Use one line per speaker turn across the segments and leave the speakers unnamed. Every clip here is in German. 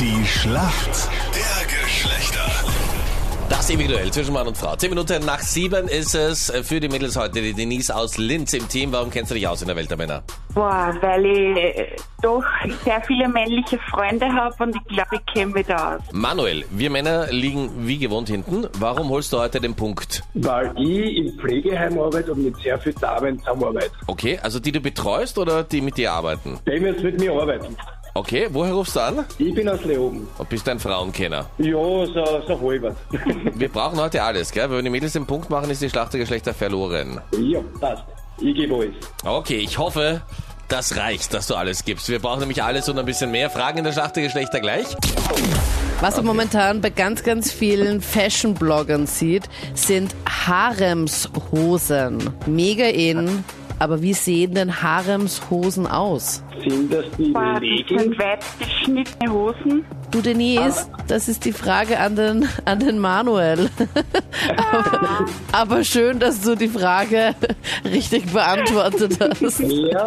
Die Schlacht der Geschlechter.
Das ewige Duell zwischen Mann und Frau. Zehn Minuten nach sieben ist es für die Mädels heute die Denise aus Linz im Team. Warum kennst du dich aus in der Welt der Männer?
Boah, weil ich äh, doch sehr viele männliche Freunde habe und ich glaube, ich kenne mich da aus.
Manuel, wir Männer liegen wie gewohnt hinten. Warum holst du heute den Punkt?
Weil ich im Pflegeheim arbeite und mit sehr vielen Damen zusammenarbeite.
Okay, also die du betreust oder die mit dir arbeiten?
Dem jetzt mit mir arbeiten.
Okay, woher rufst du an?
Ich bin aus Leoben.
Und bist ein Frauenkenner.
Ja, so, so halber.
Wir brauchen heute alles, gell? Weil wenn die Mädels den Punkt machen, ist die Schlacht der Geschlechter verloren.
ja, passt. Ich gebe alles.
Okay, ich hoffe, das reicht, dass du alles gibst. Wir brauchen nämlich alles und ein bisschen mehr. Fragen in der Schlacht der Geschlechter gleich.
Was man momentan bei ganz, ganz vielen Fashion-Bloggern sieht, sind Haremshosen. Mega in. Aber wie sehen denn Haremshosen aus?
Sind das die
Boah, das
Leggings?
sind weit geschnittene Hosen.
Du Denise, das ist die Frage an den, an den Manuel. aber, aber schön, dass du die Frage richtig beantwortet hast.
Ja,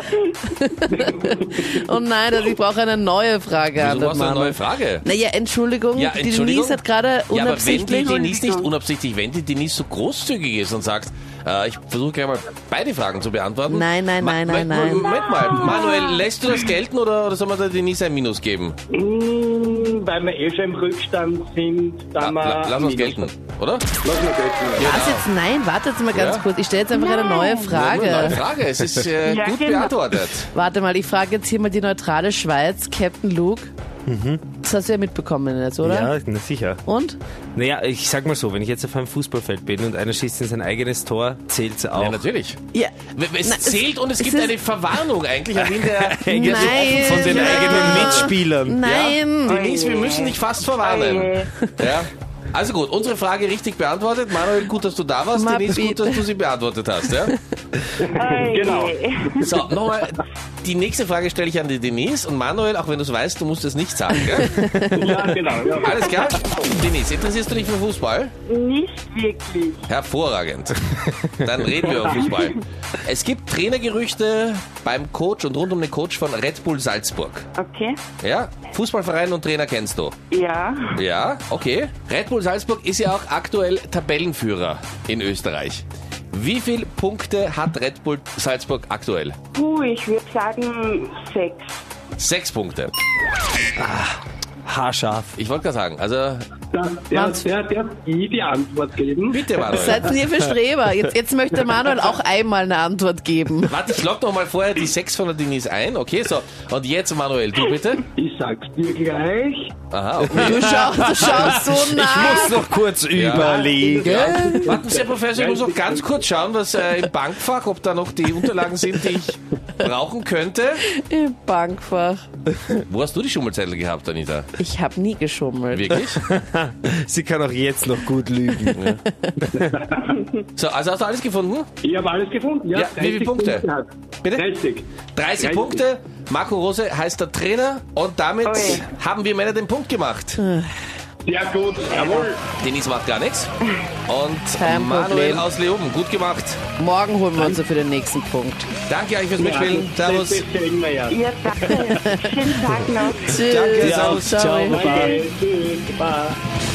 Und nein, also ich brauche eine neue Frage an
Wieso
den
brauchst du eine
Manuel.
neue Frage?
Naja, Entschuldigung,
Ja,
die
Entschuldigung.
Denise hat gerade
Ja, aber wenn die
unabsichtlich...
Denise nicht unabsichtlich, wenn die Denise so großzügig ist und sagt, äh, ich versuche gleich mal beide Fragen zu beantworten.
Nein, nein, nein, nein,
Ma- Ma-
nein.
Moment mal, Manuel, lässt du das gelten oder, oder soll man der Denise ein Minus geben? Ah,
mh, weil wir eh schon im Rückstand sind.
La,
Dann
la,
wir
lass uns gelten, oder?
Lass uns gelten. Ja.
Was jetzt? Nein, wartet mal ganz
Ja.
kurz. Ich stelle jetzt einfach eine neue Frage.
Neue Frage, es ist äh,
Ja,
gut
genau.
beantwortet.
Warte mal, ich frage jetzt hier mal die neutrale Schweiz, Captain Luke. Das hast du ja mitbekommen jetzt, oder?
Mhm. Ja, na sicher.
Und?
Naja, ich sag mal so, wenn ich jetzt auf einem Fußballfeld bin und einer schießt in sein eigenes Tor, zählt's auch.
Ja, natürlich.
Ja.
W- Es
Na, es-
zählt und es,
es
gibt
ist-
eine Verwarnung eigentlich an wen der
Eigentlich
Nein.
Von den
Nein.
eigenen Mitspielern.
Nein!
Denise, wir müssen dich fast verwarnen.
Oje.
Ja. Also gut, unsere Frage richtig beantwortet. Manuel, gut, dass du da warst.
Ma,
Denise, gut,
bitte.
dass du sie beantwortet hast. Ja?
Oje.
Genau.
Äh,
So, nochmal. Die nächste Frage stelle ich an die Denise und Manuel, auch wenn du es weißt, du musst es nicht sagen. Gell?
ja, genau. Ja.
Alles klar? Denise, interessierst du dich für Fußball?
Nicht wirklich.
Hervorragend. Dann reden wir über Fußball. Es gibt Trainergerüchte beim Coach und rund um den Coach von Red Bull Salzburg.
Okay.
Ja? Fußballverein und Trainer kennst du.
Ja.
Ja, okay. Red Bull Salzburg ist ja auch aktuell Tabellenführer in Österreich. Wie viele Punkte hat Red Bull Salzburg aktuell?
Puh, ich würde sagen sechs.
Sechs Punkte.
Haarscharf.
Ich wollte gerade sagen, also
Der, der, der, der hat ich die Antwort geben.
bitte
Was
Manuel.
seid denn ihr für Streber? Jetzt, jetzt möchte Manuel auch einmal eine Antwort geben.
Warte, ich lock noch mal vorher die sechs von der Denise ein. Okay, so. Und jetzt Manuel, du bitte.
Ich sag's dir gleich.
Aha, okay.
Du schaust, du schaust so nah.
Muss noch kurz
überlegen.
überlegen.
Warten Sie, Herr Professor, ich muss noch ganz kurz schauen, was äh, im Bankfach, ob da noch die Unterlagen sind, die ich brauchen könnte.
Im Bankfach.
Wo hast du die Schummelzettel gehabt, Anita?
Ich habe nie geschummelt.
Wirklich?
Sie kann auch jetzt noch gut lügen.
So, also hast du alles gefunden?
Ich habe alles gefunden. Ja,
Ja, wie viele
30
Punkte?
hat.
Bitte?
30.
30
30.
Punkte. Marco Rose heißt der Trainer und damit
Ui.
haben wir Männer den Punkt gemacht.
Hm.
Sehr gut. Jawohl.
Denise macht gar nichts. Und
Kein
Manuel
Problem.
aus Leoben, gut gemacht.
Morgen holen wir uns ja für den nächsten Punkt.
Danke euch fürs Mitspielen.
Ja,
Servus.
das- Das sehen wir ja.
Ja, danke. Schönen Tag noch.
Tschüss.
Danke,
Sorry.
servus. Ciao.
Bye. Tschüss. Bye.